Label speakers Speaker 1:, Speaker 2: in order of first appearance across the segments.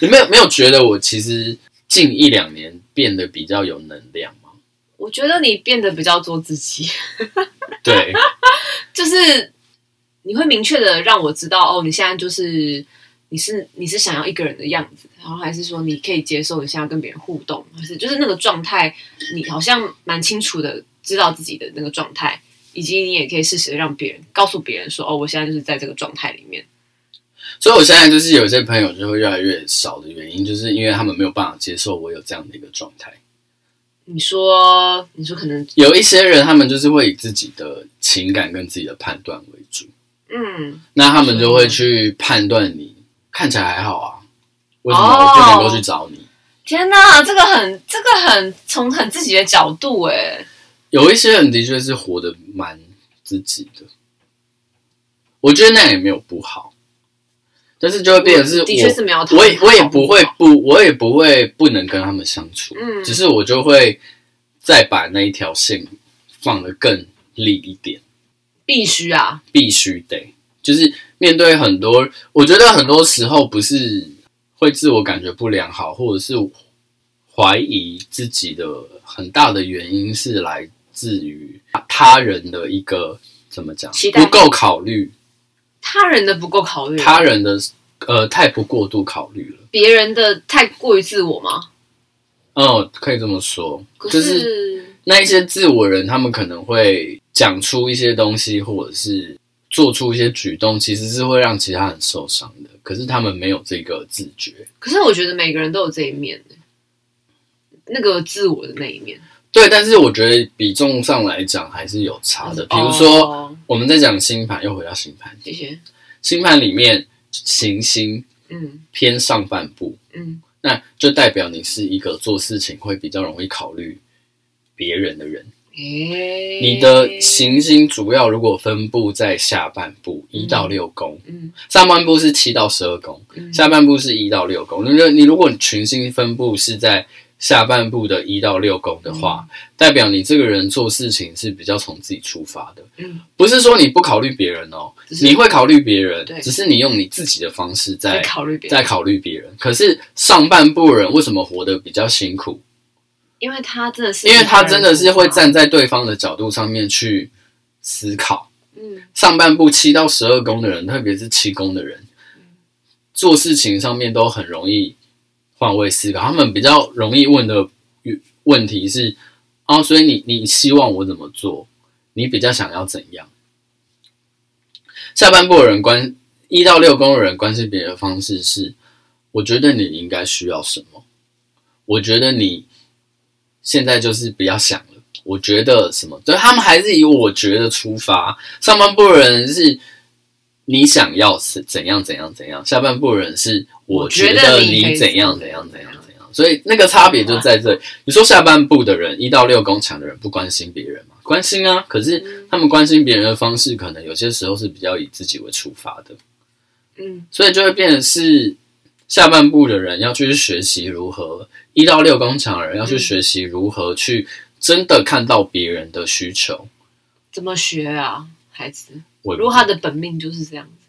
Speaker 1: 你没有没有觉得我其实近一两年变得比较有能量 吗？
Speaker 2: 我觉得你变得比较做自己，
Speaker 1: 对，
Speaker 2: 就是你会明确的让我知道，哦，你现在就是你是你是想要一个人的样子，然后还是说你可以接受你现在跟别人互动，还是就是那个状态，你好像蛮清楚的知道自己的那个状态，以及你也可以适时的让别人告诉别人说，哦，我现在就是在这个状态里面。
Speaker 1: 所以我现在就是有些朋友就会越来越少的原因，就是因为他们没有办法接受我有这样的一个状态。
Speaker 2: 你说，你说可能，
Speaker 1: 有一些人，他们就是会以自己的情感跟自己的判断为主，
Speaker 2: 嗯，
Speaker 1: 那他们就会去判断你看起来还好啊，为什么我不能够去找
Speaker 2: 哦
Speaker 1: 你？
Speaker 2: 天哪，这个很，这个很从很自己的角度，哎，
Speaker 1: 有一些人的确是活得蛮自己的，我觉得那样也没有不好，但是就会变成是我，
Speaker 2: 的确是没有讨论
Speaker 1: 我也我也
Speaker 2: 好
Speaker 1: 不会不，我也不会不能跟他们相处，
Speaker 2: 嗯
Speaker 1: 只是我就会再把那一条线放得更利一点，
Speaker 2: 必须啊，
Speaker 1: 必须得，就是面对很多，我觉得很多时候不是会自我感觉不良好，或者是怀疑自己的很大的原因是来自于他人的一个怎么讲
Speaker 2: 期，待
Speaker 1: 不够考虑
Speaker 2: 他人的不够考虑，
Speaker 1: 他人的呃太不过度考虑了。
Speaker 2: 别人的太过于自我吗？
Speaker 1: 嗯，可以这么说，
Speaker 2: 可、
Speaker 1: 就是是那一些自我人，他们可能会讲出一些东西，或者是做出一些举动，其实是会让其他人受伤的。可是他们没有这个自觉，
Speaker 2: 可是我觉得每个人都有这一面，那个自我的那一面。
Speaker 1: 对。但是我觉得比重上来讲还是有差的。比如说，
Speaker 2: 哦
Speaker 1: 我们在讲星盘，又回到星盘，
Speaker 2: 谢谢，
Speaker 1: 星盘里面行星
Speaker 2: 嗯
Speaker 1: 偏上半部，
Speaker 2: 嗯，
Speaker 1: 那就代表你是一个做事情会比较容易考虑别人的人。
Speaker 2: 诶、
Speaker 1: 你的行星主要如果分布在下半部一到六宫，
Speaker 2: 嗯
Speaker 1: 上半部是七到十二宫，
Speaker 2: 嗯
Speaker 1: 下半部是一到六宫。你如你如果你群星分布是在下半部的一到六宫的
Speaker 2: 嗯
Speaker 1: 话，代表你这个人做事情是比较从自己出发的，
Speaker 2: 嗯
Speaker 1: 不是说你不考虑别人哦，
Speaker 2: 只是
Speaker 1: 你会考虑别人
Speaker 2: 对，
Speaker 1: 只是你用你自己的方式
Speaker 2: 在
Speaker 1: 在
Speaker 2: 考虑别
Speaker 1: 在
Speaker 2: 人，
Speaker 1: 考虑别人。可是上半部人为什么活得比较辛苦？
Speaker 2: 因为他真的是，
Speaker 1: 因为他真的是会，站在对方的角度上面去思考。
Speaker 2: 嗯
Speaker 1: 上半部七到十二宫的人，特别是七宫的人，做事情上面都很容易换位思考。他们比较容易问的问题是：哦，所以你你希望我怎么做？你比较想要怎样？下半部的人关一到六宫的人关心别人的方式是：我觉得你应该需要什么？我觉得你现在就是不要想了。我觉得什么？对他们还是以我觉得出发，上半部人是你想要是怎样怎样怎样，下半部人是我觉得你怎样怎样怎样怎样，所以那个差别就在这里。你说下半部的人一到六宫强的人不关心别人吗？关心啊，可是他们关心别人的方式，可能有些时候是比较以自己为出发的，
Speaker 2: 嗯，
Speaker 1: 所以就会变成是下半部的人要去学习如何一到六宫强的人要去学习如何去真的看到别人的需求。
Speaker 2: 怎么学啊，孩子？
Speaker 1: 我也不
Speaker 2: 如果他的本命就是这样子，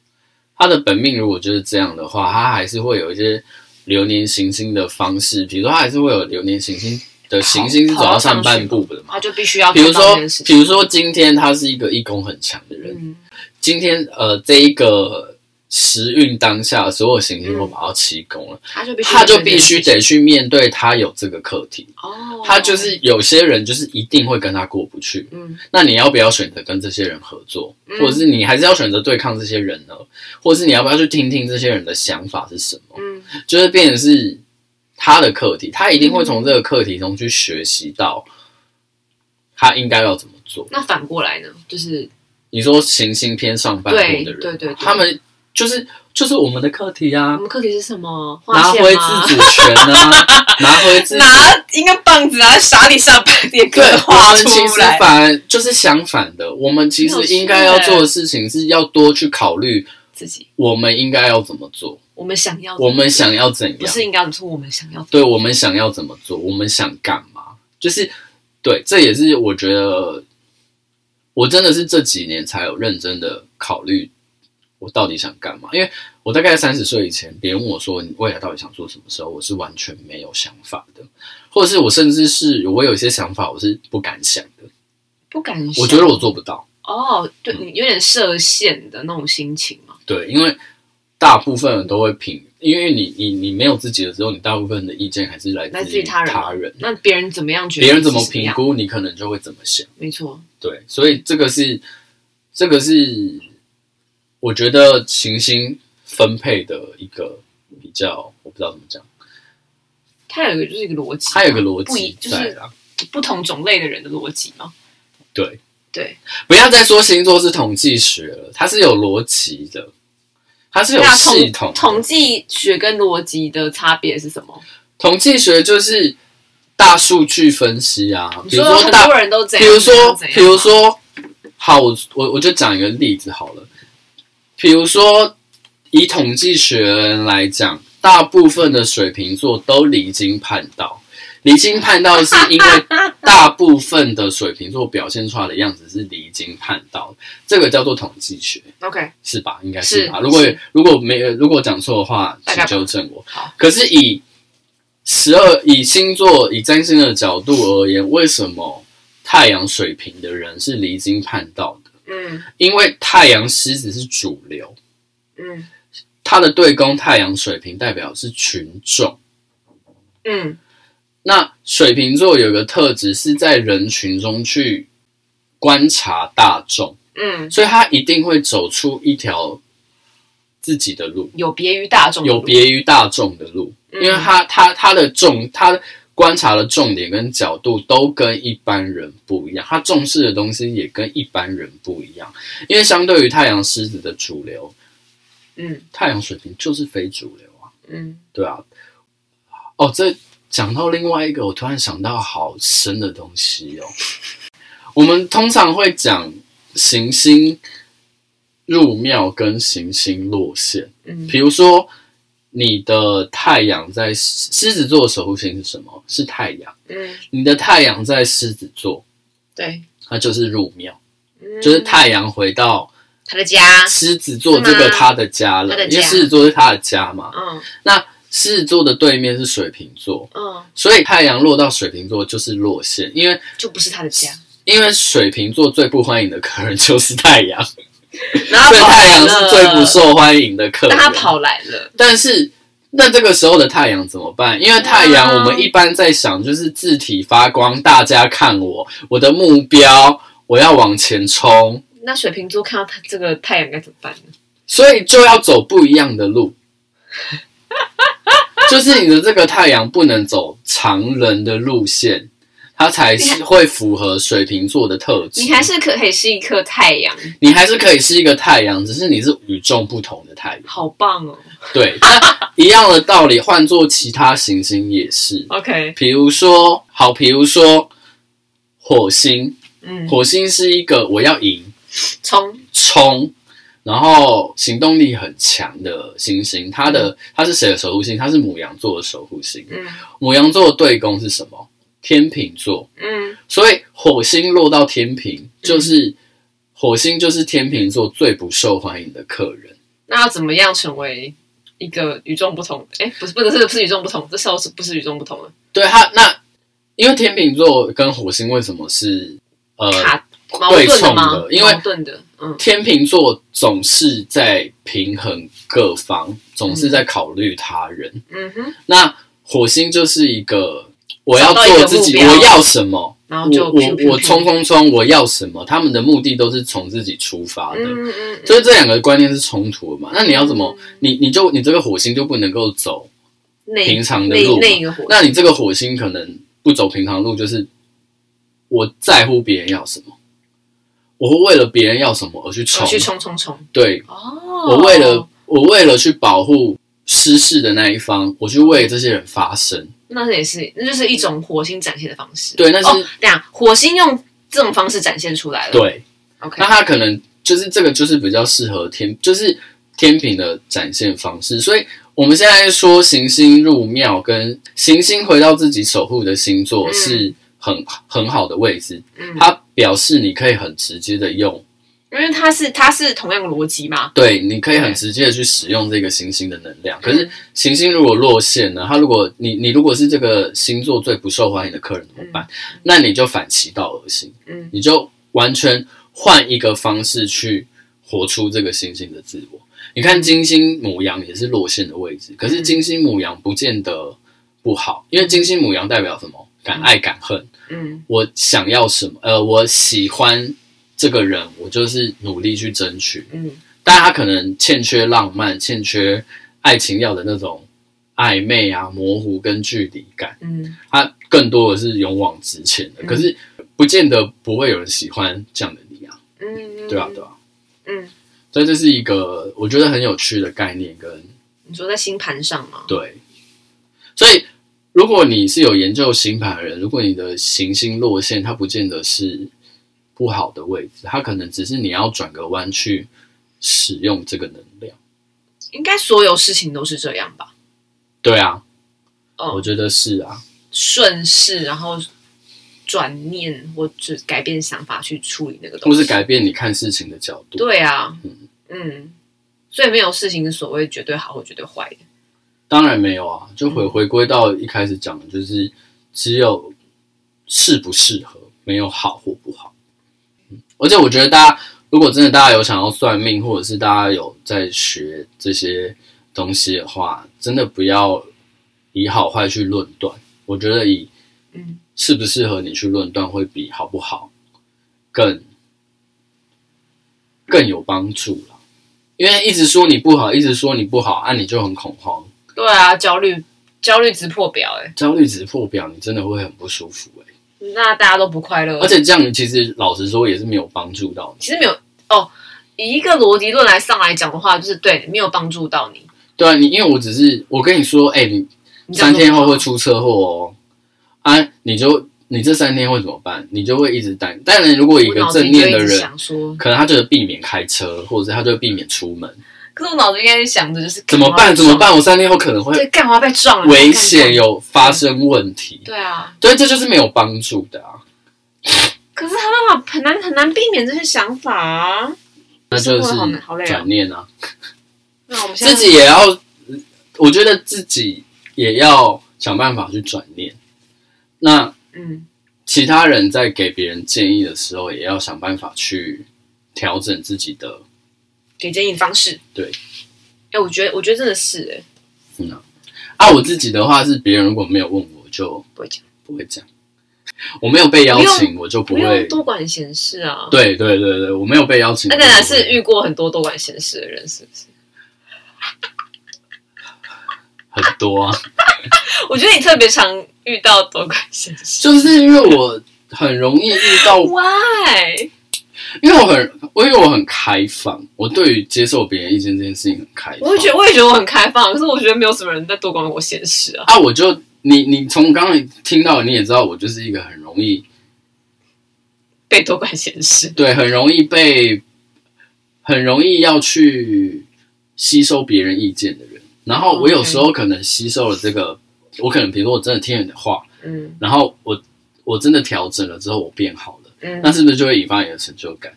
Speaker 1: 他的本命如果就是这样的话，他还是会有一些流年行星的方式，比如说他还是会有流年行星的行星是走到上半部的嘛。
Speaker 2: 他就必须要
Speaker 1: 比如
Speaker 2: 看到
Speaker 1: 说
Speaker 2: 这件事，情
Speaker 1: 比如说今天他是一个一宫很强的人，
Speaker 2: 嗯
Speaker 1: 今天呃这一个时运当下，所有行星都跑到七宫了，
Speaker 2: 他就必须
Speaker 1: 他就必须得去面对他有这个课题。
Speaker 2: 哦，
Speaker 1: 他就是有些人就是一定会跟他过不去，
Speaker 2: 嗯
Speaker 1: 那你要不要选择跟这些人合作，
Speaker 2: 嗯
Speaker 1: 或者是你还是要选择对抗这些人呢？或者是你要不要去听听这些人的想法是什么？
Speaker 2: 嗯
Speaker 1: 就是变成是他的课题，他一定会
Speaker 2: 嗯
Speaker 1: 从这个课题中去学习到他应该要怎么做。
Speaker 2: 那反过来呢，就是
Speaker 1: 你说行星偏上半部的人，
Speaker 2: 对对对对
Speaker 1: 他们就是就是我们的课题啊
Speaker 2: 我，们课题是什么？划
Speaker 1: 拿
Speaker 2: 线
Speaker 1: 回
Speaker 2: 吗
Speaker 1: 自主权 啊，拿回自主
Speaker 2: 拿应该棒子啊拿沙地下半
Speaker 1: 对，
Speaker 2: 点刻
Speaker 1: 我
Speaker 2: 画
Speaker 1: 们其
Speaker 2: 出
Speaker 1: 实
Speaker 2: 来。
Speaker 1: 反而就是相反的，我们其实应该要做的事情是要多去考虑
Speaker 2: 自己，
Speaker 1: 我们应该要怎么做，
Speaker 2: 我们想要的，
Speaker 1: 我们想要怎
Speaker 2: 不
Speaker 1: 样，
Speaker 2: 是应该怎么说，我们想要的。
Speaker 1: 对我们想要怎么做，我们想干嘛，就是对，这也是我觉得我真的是这几年才有认真的考虑我到底想干嘛？因为我大概三十岁以前，别人问我说你未来到底想做什么时候，我是完全没有想法的，或者是我甚至是我有一些想法，我是不敢想的，
Speaker 2: 不敢想。
Speaker 1: 我觉得我做不到。
Speaker 2: 哦，对你有点设限的那种心情嘛。
Speaker 1: 对，因为大部分人都会评，因为你你你没有自己的时候，你大部分的意见还是来
Speaker 2: 来自
Speaker 1: 自于
Speaker 2: 于他人
Speaker 1: 他人，
Speaker 2: 那别人怎么样觉得？
Speaker 1: 别人怎么评？估，你可能就会怎么想。
Speaker 2: 没错，
Speaker 1: 对，所以这个是这个是我觉得行星分配的一个比较，我不知道怎么讲，
Speaker 2: 它有一个就是一个逻辑嘛，
Speaker 1: 它有个逻
Speaker 2: 不一
Speaker 1: 辑
Speaker 2: 就是
Speaker 1: 在啦。
Speaker 2: 不同种类的人的逻辑嘛。
Speaker 1: 对，
Speaker 2: 对，
Speaker 1: 不要再说星座是统计学了，它是有逻辑的，它是有
Speaker 2: 那统
Speaker 1: 系统的
Speaker 2: 统计学跟逻辑的差别是什么？
Speaker 1: 统计学就是大数据分析啊，
Speaker 2: 你
Speaker 1: 比如
Speaker 2: 说很
Speaker 1: 大
Speaker 2: 多人都这样，
Speaker 1: 比如说，
Speaker 2: 怎样
Speaker 1: 比如说，好，我我我就讲一个例子好了。比如说，以统计学人来讲，大部分的水瓶座都离经叛道。离经叛道是因为大部分的水瓶座表现出来的样子是离经叛道，这个叫做统计学，
Speaker 2: OK，
Speaker 1: 是吧？应该是吧？
Speaker 2: 是
Speaker 1: 如果
Speaker 2: 是
Speaker 1: 如果没有如果讲错的话，
Speaker 2: 大
Speaker 1: 请
Speaker 2: 概吧
Speaker 1: 纠正我
Speaker 2: 好。
Speaker 1: 可是以十二以星座以占星的角度而言，为什么太阳水瓶的人是离经叛道的？
Speaker 2: 嗯
Speaker 1: 因为太阳狮子是主流，
Speaker 2: 嗯
Speaker 1: 它的对宫太阳水瓶代表是群众。
Speaker 2: 嗯，
Speaker 1: 那水瓶座有个特质是在人群中去观察大众，
Speaker 2: 嗯，
Speaker 1: 所以他一定会走出一条自己的路。
Speaker 2: 有别于大众的路，
Speaker 1: 有别于大众的路，因
Speaker 2: 嗯
Speaker 1: 为他他他的重他观察的重点跟角度都跟一般人不一样，他重视的东西也跟一般人不一样。因为相对于太阳狮子的主流，
Speaker 2: 嗯
Speaker 1: 太阳水瓶就是非主流啊，
Speaker 2: 嗯，
Speaker 1: 对啊。哦，这讲到另外一个，我突然想到好深的东西哦。我们通常会讲行星入庙跟行星落线。
Speaker 2: 嗯
Speaker 1: 比如说，你的太阳在狮狮子座的守护星是什么？是太阳。
Speaker 2: 嗯，
Speaker 1: 你的太阳在狮子座，
Speaker 2: 对，
Speaker 1: 它就是入庙，就是
Speaker 2: 他
Speaker 1: 太阳回到
Speaker 2: 他的家，
Speaker 1: 狮子座这个
Speaker 2: 是吗
Speaker 1: 他的家了
Speaker 2: 它，的
Speaker 1: 因
Speaker 2: 家
Speaker 1: 为狮子座是他的家嘛。
Speaker 2: 嗯
Speaker 1: 那狮子座的对面是水瓶座，
Speaker 2: 嗯，
Speaker 1: 所以太阳落到水瓶座就是落线，因为
Speaker 2: 就不是他 的家，
Speaker 1: 因为水瓶座最不欢迎的客人就是太 阳，
Speaker 2: 然后
Speaker 1: 所以
Speaker 2: 他跑
Speaker 1: 太
Speaker 2: 来
Speaker 1: 阳是最不
Speaker 2: 了，
Speaker 1: 受欢迎的客人。
Speaker 2: 啊但他跑来了，
Speaker 1: 但是那这个时候的太阳怎么办？因为太阳，
Speaker 2: 啊
Speaker 1: 我们一般在想就是字体发光，大家看我，我的目标，我要往前冲，
Speaker 2: 那水瓶座看到他这个太阳该怎么办呢？
Speaker 1: 所以就要走不一样的路。 就是你的这个太阳不能走常人的路线，它才是会符合水瓶座的特质。
Speaker 2: 你还是可可以是一颗太阳，
Speaker 1: 你还是可以是一个太阳，只是你是与众不同的太阳。
Speaker 2: 好棒哦
Speaker 1: 对，那一样的道理换做其他行星也是。
Speaker 2: ，OK，
Speaker 1: 比如说，好，比如说火星，
Speaker 2: 嗯，
Speaker 1: 火星是一个我要赢、
Speaker 2: 冲，
Speaker 1: 冲，然后行动力很强的行星。它的它是谁的守护星？它是母羊座的守护星。
Speaker 2: 嗯
Speaker 1: 母羊座的对宫是什么？天秤座。
Speaker 2: 嗯
Speaker 1: 所以火星落到天平，就是、火星就是天秤座最不受欢迎的客人。
Speaker 2: 那要怎么样成为一个与众不同？哎，不是，不是，不是不是与众不同，这时候是不是与众不同的？
Speaker 1: 对它那，因为天秤座跟火星为什么是呃
Speaker 2: 卡矛盾
Speaker 1: 对
Speaker 2: 的
Speaker 1: 冲
Speaker 2: 吗
Speaker 1: 的？因为
Speaker 2: 矛盾的，嗯
Speaker 1: 天秤座总是在平衡各方，总是在考虑他人。
Speaker 2: 嗯哼，
Speaker 1: 那火星就是一个我要
Speaker 2: 找到一
Speaker 1: 做
Speaker 2: 个
Speaker 1: 自己，
Speaker 2: 目标
Speaker 1: 我要什么，
Speaker 2: 然后就
Speaker 1: 我
Speaker 2: 平平
Speaker 1: 我我冲冲冲，我要什么，他们的目的都是从自己出发的。
Speaker 2: 嗯嗯嗯，
Speaker 1: 所以这两个观念是冲突的嘛？那你要怎么？你你就你这个火星就不能够走，
Speaker 2: 那
Speaker 1: 平常的路嘛
Speaker 2: 那那一个火，
Speaker 1: 那你这个火星可能不走平常路，就是我在乎别人要什么，我会为了别人要什么而去
Speaker 2: 我
Speaker 1: 冲，
Speaker 2: 去冲冲冲
Speaker 1: 对，
Speaker 2: 哦，
Speaker 1: 我为了我为了去保护失事的那一方，我去为这些人发声。
Speaker 2: 那也是，那就是一种火星展现的方式。
Speaker 1: 对那是
Speaker 2: 哦这样，火星用这种方式展现出来了。
Speaker 1: 对，
Speaker 2: ，OK，
Speaker 1: 那他可能就是这个，就是比较适合天，就是天平的展现方式。所以我们现在说行星入庙跟行星回到自己守护的星座
Speaker 2: 嗯
Speaker 1: 是很、很好的位置，
Speaker 2: 嗯
Speaker 1: 它表示你可以很直接的用
Speaker 2: 因为它是它是同样的逻辑嘛。
Speaker 1: 对，你可以很直接的去使用这个行星的能量。可是行星如果落线呢？它如果你你如果是这个星座最不受欢迎的客人怎么办？那你就反其道而行，
Speaker 2: 嗯，
Speaker 1: 你就完全换一个方式去活出这个行星的自我。你看金星母羊也是落线的位置，可是金星母羊不见得不好，因为金星母羊代表什么？敢爱敢恨，
Speaker 2: 嗯
Speaker 1: 我想要什么，呃，我喜欢这个人，我就是努力去争取。
Speaker 2: 嗯
Speaker 1: 但他可能欠缺浪漫，欠缺爱情要的那种暧昧啊、模糊跟距离感，
Speaker 2: 嗯
Speaker 1: 他更多的是勇往直前的。
Speaker 2: 嗯
Speaker 1: 可是不见得不会有人喜欢这样的你啊，
Speaker 2: 嗯，
Speaker 1: 对啊，对啊。
Speaker 2: 嗯，
Speaker 1: 所以这是一个我觉得很有趣的概念跟
Speaker 2: 你说在星盘上吗？
Speaker 1: 对，所以如果你是有研究星盘的人，如果你的行星落线，它不见得是不好的位置，它可能只是你要转个弯去使用这个能量。
Speaker 2: 应该所有事情都是这样吧？
Speaker 1: 对啊，我
Speaker 2: 嗯，
Speaker 1: 觉得是啊，
Speaker 2: 顺势然后转念或者改变想法去处理那个东
Speaker 1: 或
Speaker 2: 西，
Speaker 1: 是改变你看事情的角度。
Speaker 2: 对啊
Speaker 1: 嗯，
Speaker 2: 嗯，所以没有事情是所谓绝对好或绝对坏的。
Speaker 1: 当然没有啊，就回
Speaker 2: 嗯
Speaker 1: 回归到一开始讲的，就是只有适不适合，没有好或不好。嗯，而且我觉得大家如果真的大家有想要算命，或者是大家有在学这些东西的话，真的不要以好坏去论断。我觉得以
Speaker 2: 嗯
Speaker 1: 适不适合你去论断，会比好不好更更有帮助了。因为一直说你不好，一直说你不好，啊，你就很恐慌。
Speaker 2: 对啊，焦虑焦虑值破表哎、
Speaker 1: 焦虑值破表，你真的会很不舒服哎、
Speaker 2: 那大家都不快乐
Speaker 1: 而，且这样其实老实说也是没有帮助到你。
Speaker 2: 其实没有哦。以一个逻辑论来上来讲的话，就是对没有帮助到你。
Speaker 1: 对啊，你因为我只是我跟你说，哎、
Speaker 2: 你
Speaker 1: 你
Speaker 2: 这样
Speaker 1: 三
Speaker 2: 做
Speaker 1: 天后
Speaker 2: 不
Speaker 1: 会
Speaker 2: 好
Speaker 1: 出车祸哦，啊，你就你这三天会怎么办？你就会一直担。当然，如果一
Speaker 2: 我
Speaker 1: 个
Speaker 2: 脑子
Speaker 1: 正
Speaker 2: 里就
Speaker 1: 念
Speaker 2: 一
Speaker 1: 的
Speaker 2: 直
Speaker 1: 人，
Speaker 2: 想说，
Speaker 1: 可能他就会避免开车，或者是他就会避免出门。
Speaker 2: 可是我脑子应该想着就是
Speaker 1: 怎么办？怎么？办？我三天后可能
Speaker 2: 干嘛被
Speaker 1: 会
Speaker 2: 撞对，干嘛被撞了？
Speaker 1: 危险，
Speaker 2: 哟。
Speaker 1: 有发生问题。
Speaker 2: 对啊，
Speaker 1: 对，这就是没有帮助的啊。
Speaker 2: 可是他办法很难很难避免这些想法啊。
Speaker 1: 那就
Speaker 2: 生
Speaker 1: 是
Speaker 2: 活好难好累哦
Speaker 1: 转念啊。
Speaker 2: 那我们现在
Speaker 1: 自己也要，我觉得自己也要想办法去转念。那
Speaker 2: 嗯
Speaker 1: 其他人在给别人建议的时候，也要想办法去调整自己的。
Speaker 2: 给建议的方式。
Speaker 1: 对，
Speaker 2: 哎、我觉得我觉得真的是哎、
Speaker 1: 嗯啊，啊我自己的话是，别人如果没有问我，就
Speaker 2: 不会讲，
Speaker 1: 不会讲。我没有被邀请，我就不
Speaker 2: 不用
Speaker 1: 会。
Speaker 2: 多管闲事啊。
Speaker 1: 对对对对，我没有被邀请。
Speaker 2: 那
Speaker 1: 我就
Speaker 2: 当
Speaker 1: 不
Speaker 2: 然
Speaker 1: 会
Speaker 2: 是遇过很多多管闲事的人，是不是？
Speaker 1: 很多啊，
Speaker 2: 我觉得你特别常遇到多管闲事。
Speaker 1: 就是因为我很容易遇到
Speaker 2: Why？
Speaker 1: 因为我很，我因为我很开放，我对于接受别人意见这件事情很开放。
Speaker 2: 我会觉得，我也觉得我很开放，可是我觉得没有什么人在多管我闲事啊。
Speaker 1: 啊，我就你你从刚刚听到你也知道，我就是一个很容易
Speaker 2: 被多管闲事，
Speaker 1: 对，很容易被，很容易要去吸收别人意见的人。然后我有时候可能吸收了这个，我可能比如说我真的听了你的话，
Speaker 2: 嗯
Speaker 1: 然后我我真的调整了之后，我变好了，
Speaker 2: 嗯
Speaker 1: 那是不是就会引发你的成就感？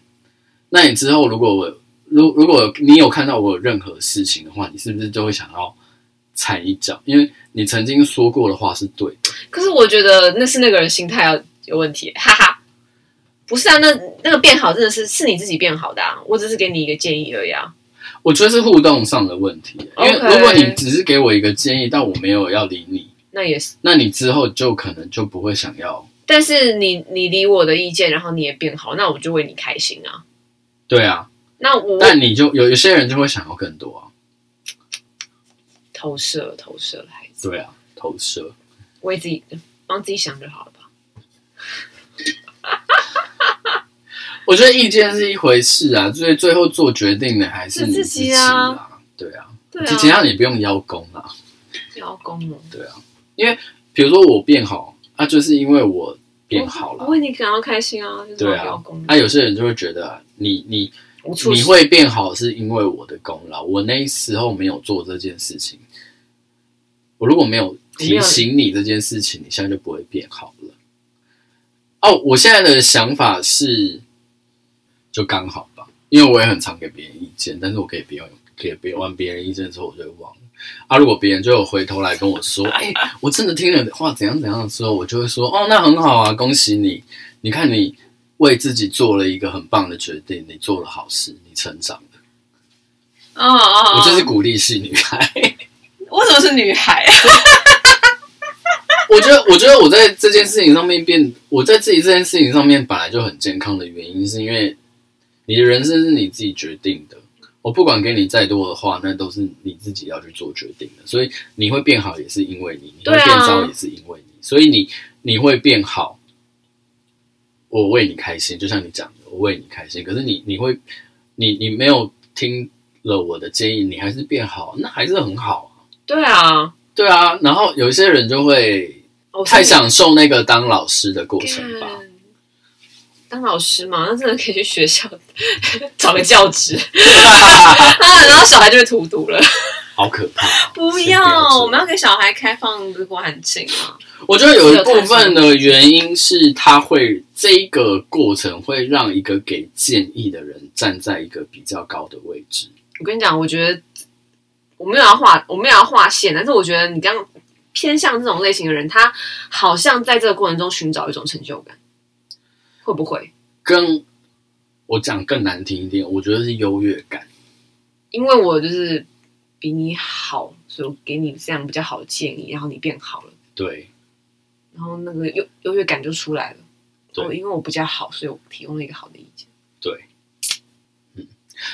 Speaker 1: 那你之后如果我如如果你有看到我有任何事情的话，你是不是就会想要踩一脚？因为你曾经说过的话是对的，
Speaker 2: 可是我觉得那是那个人心态要有问题，哈哈。不是啊，那那个变好真的是是你自己变好的啊，我只是给你一个建议而已啊。
Speaker 1: 我觉得是互动上的问题。因为
Speaker 2: OK
Speaker 1: 如果你只是给我一个建议，但我没有要理你，
Speaker 2: 那也是，
Speaker 1: 那你之后就可能就不会想要。
Speaker 2: 但是你你理我的意见，然后你也变好，那我就为你开心啊。
Speaker 1: 对啊，
Speaker 2: 那我
Speaker 1: 但你就有有些人就会想要更多啊。
Speaker 2: 投射投射了，孩子，
Speaker 1: 对啊，投射。
Speaker 2: 为自己帮自己想就好了吧。
Speaker 1: 我觉得意见是一回事啊，最最后做决定的还是你
Speaker 2: 是自己啊
Speaker 1: 啊。对啊，
Speaker 2: 对
Speaker 1: 其其
Speaker 2: 啊，
Speaker 1: 他你不用邀功啊。
Speaker 2: 不要公哦，
Speaker 1: 比如说我变好，啊，就是因为我变好
Speaker 2: 我
Speaker 1: 了。
Speaker 2: 为你感到开心啊，就是
Speaker 1: 对
Speaker 2: 不
Speaker 1: 啊
Speaker 2: 要公，
Speaker 1: 啊，有些人就会觉得你你
Speaker 2: 无处
Speaker 1: 你会变好是因为我的功劳，我那时候没有做这件事情，我如果没有提醒你这件事情，你现在就不会变好了。哦，我现在的想法是，就刚好吧，因为我也很常给别人意见，但是我给别人给别人完别人意见之后，我就会忘了。啊，如果别人就有回头来跟我说，哎、我真的听了话怎样怎样的时候，我就会说，哦，那很好啊，恭喜你，你看你为自己做了一个很棒的决定，你做了好事，你成长了。
Speaker 2: 嗯嗯，
Speaker 1: 我就是鼓励系女孩。
Speaker 2: 为什么是女孩？
Speaker 1: 我觉得，我觉得我在这件事情上面变，我在自己这件事情上面本来就很健康的原因，是因为你的人生是你自己决定的。我不管给你再多的话，那都是你自己要去做决定的。所以你会变好，也是因为你；你会
Speaker 2: 对啊
Speaker 1: 变糟，也是因为你。所以你你会变好，我为你开心。就像你讲的，我为你开心。可是你你会，你你没有听了我的建议，你还是变好，那还是很好啊。
Speaker 2: 对啊，哦
Speaker 1: 对啊，然后有些人就会
Speaker 2: 我
Speaker 1: 太享受那个当老师的过程吧。
Speaker 2: 干当老师嘛，那真的可以去学校 找个教职，那啊然后小孩就被荼毒了。
Speaker 1: 好可怕！
Speaker 2: 不
Speaker 1: 先这样
Speaker 2: 要，
Speaker 1: 子
Speaker 2: 我们要给小孩开放的环境啊。
Speaker 1: 我觉得有一部分的原因是，他会这个过程会让一个给建议的人站在一个比较高的位置。
Speaker 2: 我跟你讲，我觉得我没有要画，我没有要划线，但是我觉得你刚刚偏向这种类型的人，他好像在这个过程中寻找一种成就感，会不会？
Speaker 1: 跟我讲更难听一点，我觉得是优越感。
Speaker 2: 因为我就是比你好，所以我给你这样比较好的建议，然后你变好了，
Speaker 1: 对，
Speaker 2: 然后那个优优越感就出来了。
Speaker 1: 对
Speaker 2: 哦因为我比较好，所以我提供了一个好的意见。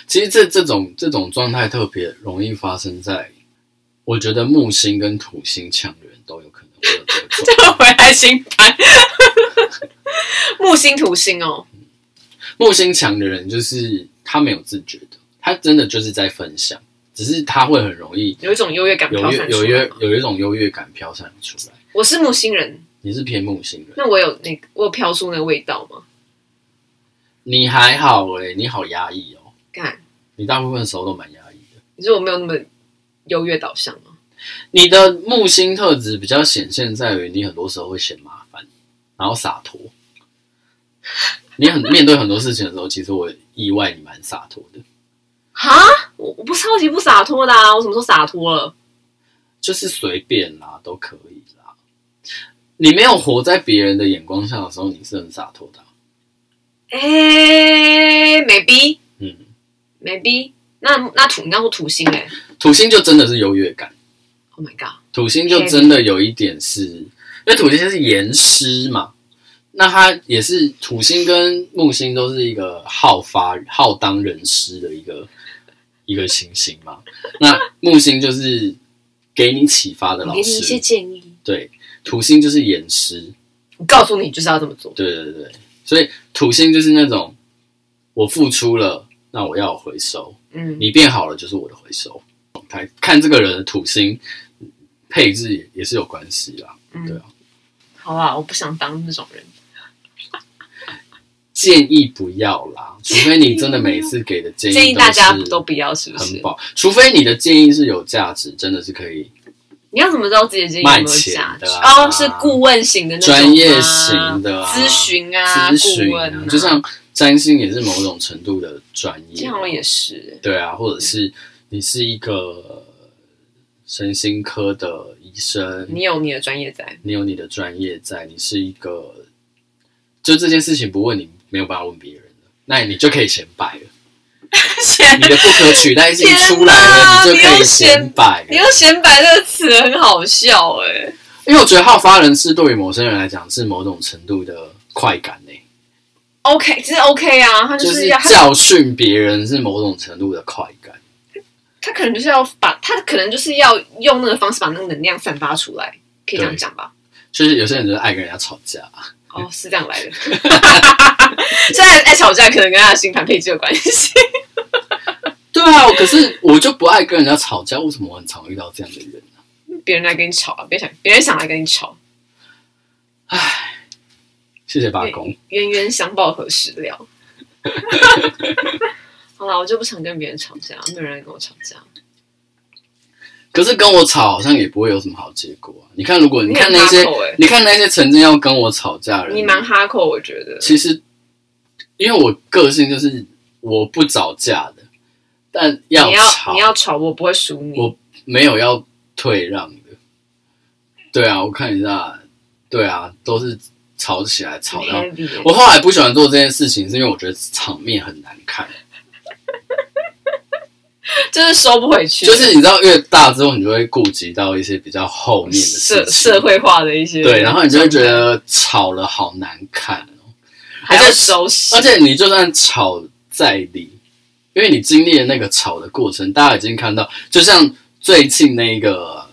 Speaker 1: 其实这这种这种状态特别容易发生在，我觉得木星跟土星强人都有可能会有这个状态。
Speaker 2: 就回来新盘，木星土星哦，
Speaker 1: 木星强的人就是他没有自觉的，他真的就是在分享，只是他会很容易
Speaker 2: 有一种优越感
Speaker 1: 有
Speaker 2: 飘
Speaker 1: 越
Speaker 2: 散
Speaker 1: 有
Speaker 2: 出来
Speaker 1: 越
Speaker 2: 嘛。
Speaker 1: 有一种优越感飘散出来。
Speaker 2: 我是木星人，
Speaker 1: 你是偏木星人，
Speaker 2: 那我有那个我有飘出那个味道吗？
Speaker 1: 你还好诶、你好压抑哦，
Speaker 2: 看，
Speaker 1: 你大部分时候都蛮压抑的。
Speaker 2: 你说我没有那么优越导向吗？
Speaker 1: 你的木星特质比较显现在于你很多时候会嫌麻烦，然后洒脱。你很面对很多事情的时候，其实我意外你蛮洒脱的，
Speaker 2: 哈，我我不超级不洒脱的啊！我什么时候洒脱了？
Speaker 1: 就是随便啦都可以啦。你没有活在别人的眼光下的时候，你是很洒脱的啊、
Speaker 2: 哎、m a y b e
Speaker 1: 嗯，
Speaker 2: maybe，那那土，你刚说土星哎、
Speaker 1: 土星就真的是优越感，
Speaker 2: o h my god，
Speaker 1: 土星就真的有一点是，因为土星是严师嘛，那它也是土星跟木星都是一个好发好当人师的一个一个行星嘛。那木星就是给你启发的
Speaker 2: 我
Speaker 1: 老
Speaker 2: 给你一些
Speaker 1: 师，
Speaker 2: 建议，
Speaker 1: 对，土星就是严师，
Speaker 2: 我告诉你就是要这么做。
Speaker 1: 对对对，所以土星就是那种我付出了，那我要有回收，
Speaker 2: 嗯，
Speaker 1: 你变好了就是我的回收。看看这个人的土星配置也也是有关系啦。
Speaker 2: 嗯
Speaker 1: 对啊，
Speaker 2: 好啊，我不想当那种人。
Speaker 1: 建议不要啦，除非你真的每次给的建议
Speaker 2: 建议大家都
Speaker 1: 都
Speaker 2: 不要，是不
Speaker 1: 是很
Speaker 2: 是？
Speaker 1: 棒，除非你的建议是有价值，真的是可以
Speaker 2: 你要怎么知道自己的建议有没
Speaker 1: 卖
Speaker 2: 有
Speaker 1: 钱
Speaker 2: 价值？
Speaker 1: 的啊
Speaker 2: 哦，是顾问型的那种吗啊
Speaker 1: 专业型的啊
Speaker 2: 咨询啊，
Speaker 1: 咨询
Speaker 2: 顾
Speaker 1: 啊、
Speaker 2: 问啊，
Speaker 1: 就像占星也是某种程度的专
Speaker 2: 这
Speaker 1: 业
Speaker 2: 样
Speaker 1: 啊，
Speaker 2: 好像也是。
Speaker 1: 对啊，或者是你是一个身心科的医生，
Speaker 2: 你有你的专业 在，
Speaker 1: 你有你的专业在，你是一个，就这件事情不问你，没有办法问别人的，那你就可以显摆了。
Speaker 2: 显
Speaker 1: 你的不可 取代性出来了，
Speaker 2: 天哪
Speaker 1: 就可以显摆
Speaker 2: 你
Speaker 1: 了。
Speaker 2: 用“显摆”这个词很好笑哎、
Speaker 1: 因为我觉得好发人是对于某些人来讲是某种程度的快感呢、
Speaker 2: OK，其实 OK 啊，他就
Speaker 1: 就是是
Speaker 2: 要他
Speaker 1: 教训别人是某种程度的快感。
Speaker 2: 他可能就是要把他可能就是要用那个方式把那个能量散发出来，可以这样
Speaker 1: 对嗯
Speaker 2: 讲吧？
Speaker 1: 就是有些人就是爱跟人家吵架，
Speaker 2: 哦，是这样来的。 虽然爱吵架可能跟他的星盘配置有关系。
Speaker 1: 对啊，可是我就不爱跟人家吵架，为什么我很常遇到这样的人？啊
Speaker 2: 别人来跟你吵啊，别想别人想来跟你吵，
Speaker 1: 谢谢八公，
Speaker 2: 冤冤相报何时了？ 好啦，我就不想跟别人吵架，没有人来跟我吵架。
Speaker 1: 可是跟我吵好像也不会有什么好结果啊、你看，如果你看
Speaker 2: 你很
Speaker 1: 那些
Speaker 2: hardcore 欸，
Speaker 1: 你看那些曾经要跟我吵架的人，
Speaker 2: 你蛮哈扣，我觉得。
Speaker 1: 其实，因为我个性就是我不找架的，但
Speaker 2: 你
Speaker 1: 吵，
Speaker 2: 你要吵，我不会输你。
Speaker 1: 我没有要退让的。对啊，我看一下，对啊，都是吵起来吵
Speaker 2: 很
Speaker 1: 到
Speaker 2: heavy 耶
Speaker 1: 我后来不喜欢做这件事情，是因为我觉得场面很难看。
Speaker 2: 就是收不回去，
Speaker 1: 就是你知道，越大之后，你就会顾及到一些比较后面的事
Speaker 2: 社
Speaker 1: 情，
Speaker 2: 社会化的一些
Speaker 1: 对，然后你就会觉得吵了好难看哦，
Speaker 2: 还要收拾
Speaker 1: 而，且你就算吵再理，因为你经历了那个吵的过程，大家已经看到，就像最近那个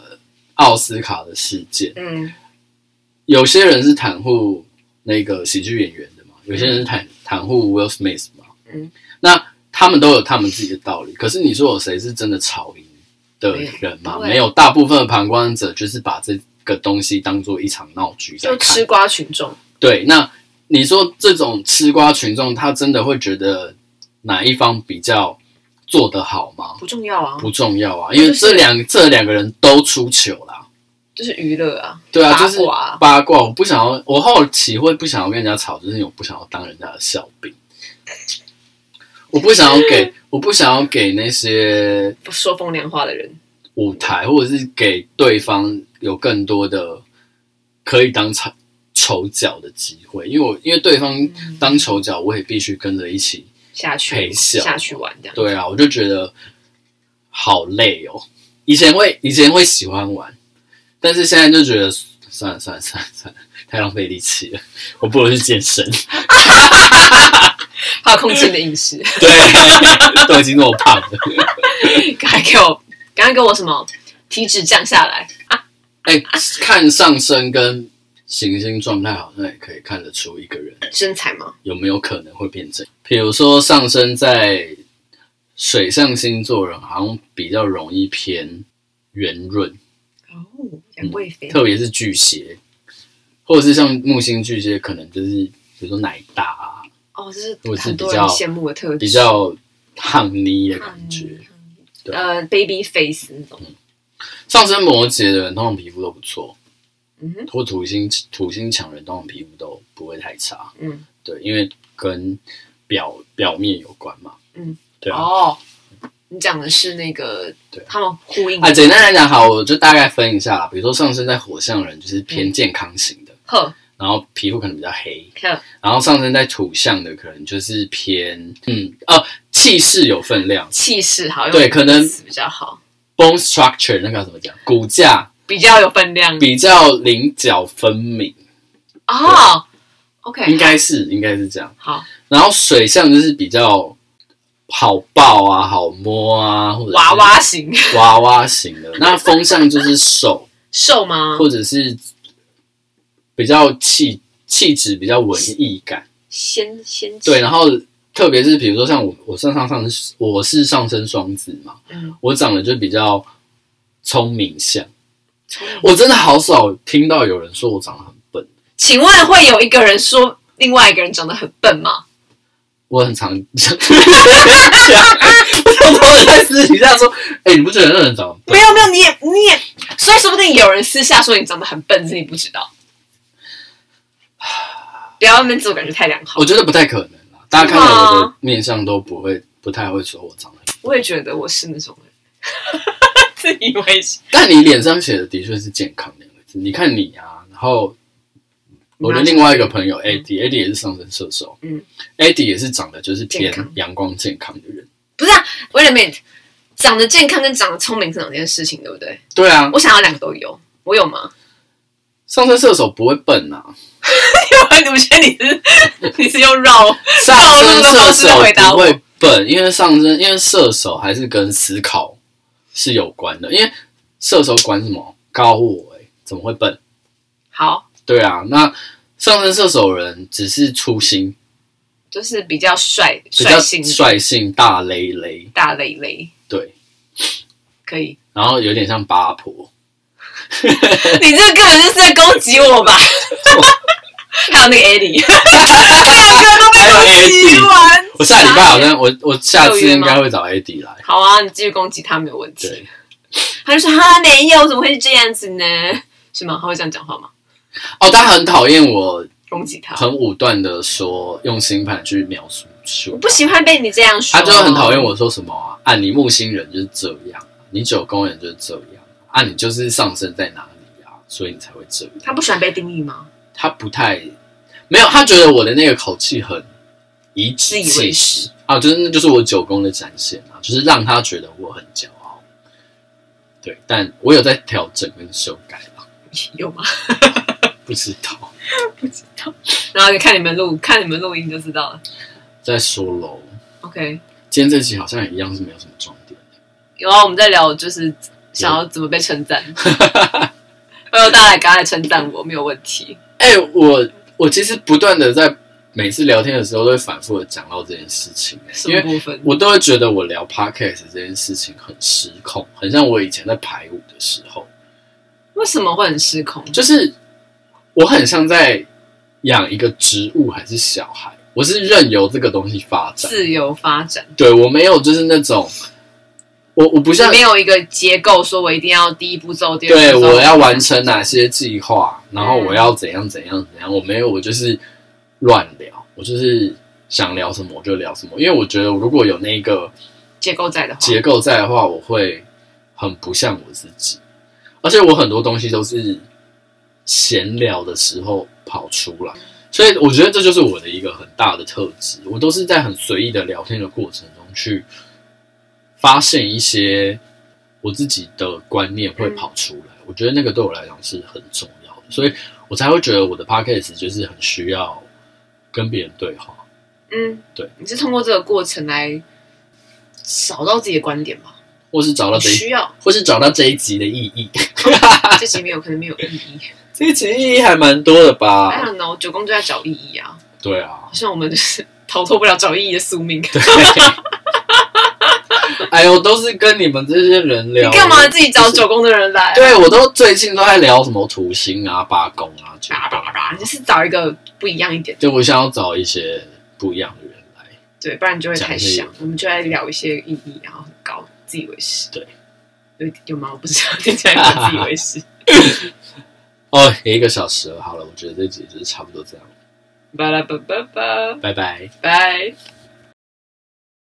Speaker 1: 奥斯卡的事件，
Speaker 2: 嗯
Speaker 1: 有些人是袒护那个喜剧演员的嘛，有些人是袒袒护 Will Smith 嘛，
Speaker 2: 嗯，
Speaker 1: 那他们都有他们自己的道理。可是你说有谁是真的吵赢的人吗？
Speaker 2: 没有
Speaker 1: 没有，大部分的旁观者就是把这个东西当做一场闹剧在
Speaker 2: 就
Speaker 1: 看
Speaker 2: 吃。瓜群众，
Speaker 1: 对，那你说这种吃瓜群众，他真的会觉得哪一方比较做得好吗？
Speaker 2: 不重要啊，
Speaker 1: 不重要啊，因为
Speaker 2: 就是
Speaker 1: 这两、这两个人都出糗啦。
Speaker 2: 就是娱乐啊，
Speaker 1: 对啊，
Speaker 2: 八
Speaker 1: 就是
Speaker 2: 卦啊
Speaker 1: 八卦。我不想要，我后期会不想要跟人家吵，就是因为我不想要当人家的笑柄。我不想要 给，我不想要给那些
Speaker 2: 不说风凉话的人，
Speaker 1: 舞台，或者是给对方有更多的可以当吵丑角的机会，因为我因为对方
Speaker 2: 嗯
Speaker 1: 当丑角，我也必须跟着一起。
Speaker 2: 下去
Speaker 1: 陪笑
Speaker 2: 下去玩这样，
Speaker 1: 对啊，我就觉得好累哦。以前会以前会喜欢玩，但是现在就觉得算了算了算了算了，太浪费力气了，我不如去健身。
Speaker 2: 还有控制你的 饮食，
Speaker 1: 对，都已经那么胖了。
Speaker 2: 还给我刚刚给我什么体脂降下来，
Speaker 1: 哎、看上身跟行星状态好像也可以看得出一个人
Speaker 2: 身材吗？
Speaker 1: 有没有可能会变正。比如说上升在水象星座人，好像比较容易偏圆润。
Speaker 2: 哦，杨贵
Speaker 1: 嗯
Speaker 2: 妃，
Speaker 1: 特别是巨蟹，或者是像木星巨蟹，可能就是比如说奶大、啊，
Speaker 2: 哦，这是
Speaker 1: 我是
Speaker 2: 很多
Speaker 1: 比
Speaker 2: 人
Speaker 1: 较
Speaker 2: 羡慕的特质，
Speaker 1: 比较烫泥的感觉。
Speaker 2: 嗯
Speaker 1: 对
Speaker 2: 呃，baby face 那种，
Speaker 1: 上升摩羯的人，通常皮肤都不错，
Speaker 2: 嗯哼，
Speaker 1: 或土星土星强人，通常皮肤都不会太差。
Speaker 2: 嗯，
Speaker 1: 对，因为跟表表面有关嘛。
Speaker 2: 嗯，
Speaker 1: 对啊。
Speaker 2: 哦，你讲的是那个
Speaker 1: 对
Speaker 2: 他们呼应的
Speaker 1: 啊，简单来讲，好，我就大概分一下啦。比如说上升在火象人，就是偏健康型的，
Speaker 2: 呵
Speaker 1: 然后皮肤可能比较黑，
Speaker 2: 呵，
Speaker 1: 然后上升在土象的可能就是偏嗯哦气势有分量
Speaker 2: 气势好，用
Speaker 1: 对可能
Speaker 2: 词比较好，
Speaker 1: ，bone structure 那个要怎么讲？骨架
Speaker 2: 比较有分量
Speaker 1: 比较棱角分明，
Speaker 2: 哦。OK，
Speaker 1: 应该是应该是这样。
Speaker 2: 好
Speaker 1: 然后水象就是比较好抱啊、好摸啊，或者是
Speaker 2: 娃娃型
Speaker 1: 娃娃型的。那风象就是手，
Speaker 2: 瘦吗？
Speaker 1: 或者是比较气气质比较文艺感。
Speaker 2: 先先
Speaker 1: 对，，然后特别是比如说像我，我上上上我是上升双子嘛，
Speaker 2: 嗯，
Speaker 1: 我长得就比较聪明相。
Speaker 2: 聪明
Speaker 1: 我真的好少听到有人说我长得很笨，
Speaker 2: 请问会有一个人说另外一个人长得很笨吗？
Speaker 1: 我很常讲， 我都会在私底下说，哎、你不觉得那人长得笨？
Speaker 2: 没有没有，你也你也说，说不定有人私下说你长得很笨，是你不知 道。不要那边自我感觉太良好
Speaker 1: 我。觉得不太可能啦。大家看到
Speaker 2: 真
Speaker 1: 我
Speaker 2: 的
Speaker 1: 的面相都不会，不太会说我长得很笨。
Speaker 2: 我也觉得我是那种人， 自以为是。
Speaker 1: 但你脸上写的的确是健康两个字。你看你啊，然后我的另外一个朋友 Eddie，Eddie 也是上升射手，
Speaker 2: 嗯
Speaker 1: ，Eddie 也是长得就是偏
Speaker 2: 健康
Speaker 1: 阳光健康的人。
Speaker 2: 不是啊，Wait a minute，长得健康跟长得聪明是两件事情，对不对？
Speaker 1: 对啊，
Speaker 2: 我想要两个都有，我有 吗？
Speaker 1: 上升射手不会笨 啊，
Speaker 2: 因为我觉得你是你是用绕
Speaker 1: 上升射手不会笨，因为上升因为射手还是跟思考是有关的，因为射手管什么高我、欸，怎么会笨？
Speaker 2: 好，
Speaker 1: 对啊，那上升射手人只是粗心，
Speaker 2: 就是比较帅
Speaker 1: 比较
Speaker 2: 率性
Speaker 1: 率性大雷雷，
Speaker 2: 大累累，
Speaker 1: 对，
Speaker 2: 可以。
Speaker 1: 然后有点像八婆。
Speaker 2: 你这根本就是在攻击我吧？还有那个 Eddie，
Speaker 1: 还有 AD，
Speaker 2: 完
Speaker 1: 我下礼拜好像我我下次应该会找 AD 来。
Speaker 2: 好啊，你继续攻击他没有问题。
Speaker 1: 对，
Speaker 2: 他就说哈没有，怎么会是这样子呢？是吗？他会这样讲话吗？
Speaker 1: 哦，他很讨厌我
Speaker 2: 攻击他，
Speaker 1: 很武断的说用星盘去描述说
Speaker 2: 我，不啊喜欢被你这样说。
Speaker 1: 他就很讨厌我说什么啊，啊你木星人就是这样，你九宫人就是这样，啊你就是上升在哪里啊，所以你才会这样。
Speaker 2: 他不喜欢被定义吗？
Speaker 1: 他不太没有，他觉得我的那个口气很颐指
Speaker 2: 自以
Speaker 1: 气
Speaker 2: 为
Speaker 1: 使
Speaker 2: 是
Speaker 1: 啊，就是那就是我九宫的展现啊，就是让他觉得我很骄傲。对，但我有在调整跟修改啊，
Speaker 2: 有吗？
Speaker 1: 不知道
Speaker 2: 然后就看你们录，看你们录音就知道了。
Speaker 1: 再说喽。
Speaker 2: OK，
Speaker 1: 今天这期好像也一样是没有什么重点，
Speaker 2: 有啊，我们在聊就是想要怎么被称赞。 拜托大家来赶快来称赞我，没有问题。
Speaker 1: 哎、我我其实不断的在每次聊天的时候都会反复的讲到这件事情、欸
Speaker 2: 什
Speaker 1: 因
Speaker 2: 么
Speaker 1: 为
Speaker 2: 部分？
Speaker 1: 我都会觉得我聊 podcast 这件事情很失控，很像我以前在排舞的时候，
Speaker 2: 为什么会很失控？
Speaker 1: 就是我很像在养一个植物还是小孩，我是任由这个东西发展，
Speaker 2: 自由发展，
Speaker 1: 对我没有就是那种，我我不
Speaker 2: 不
Speaker 1: 像
Speaker 2: 没有一个结构，说我一定要第一步骤、第二
Speaker 1: 对，
Speaker 2: 步骤。
Speaker 1: 我要完成啊哪些计划，然
Speaker 2: 嗯
Speaker 1: 后我要怎样怎样怎样。我没有，我就是乱聊，我就是想聊什么我就聊什么。因为我觉得如果有那个
Speaker 2: 结构在的话，
Speaker 1: 结构在的话，我会很不像我自己。而且我很多东西都是闲聊的时候跑出来，所以我觉得这就是我的一个很大的特质。我都是在很随意的聊天的过程中去发现一些我自己的观念会跑出来。我觉得那个对我来讲是很重要的，所以我才会觉得我的 podcast 就是很需要跟别人对话。
Speaker 2: 嗯，
Speaker 1: 对，
Speaker 2: 你是通过这个过程来找到自己的观点吗？
Speaker 1: 或是找到这一，
Speaker 2: 需 要，
Speaker 1: 或是找到这一集的意义。
Speaker 2: 这集没有可能没有意义。
Speaker 1: 这一集意义还蛮多的
Speaker 2: I
Speaker 1: 吧？
Speaker 2: don't know，九宫就在找意义啊，
Speaker 1: 对啊
Speaker 2: 好，像我们就是逃脱不了找意义的宿 命。你
Speaker 1: 哎呦，都是跟你们这些人聊。
Speaker 2: 干嘛自己找九宫的人来、啊？
Speaker 1: 对我都最近都在聊什么土星啊、八宫啊、九
Speaker 2: 叭叭叭叭，
Speaker 1: 宫。
Speaker 2: 你就是找一个不一样一点，
Speaker 1: 对，我想要找一些不一样的人来。
Speaker 2: 对，不然你就会太
Speaker 1: 讲
Speaker 2: 像
Speaker 1: 这。
Speaker 2: 我们就来聊一些意义，然后很高，自以为是。
Speaker 1: 对，
Speaker 2: 有有吗？我不知道，听起来有点自以 为是。
Speaker 1: 哦，也一个小时了，好了，我觉得这集就是差不多这样，
Speaker 2: 巴拉巴巴巴，
Speaker 1: 拜拜。
Speaker 2: 拜。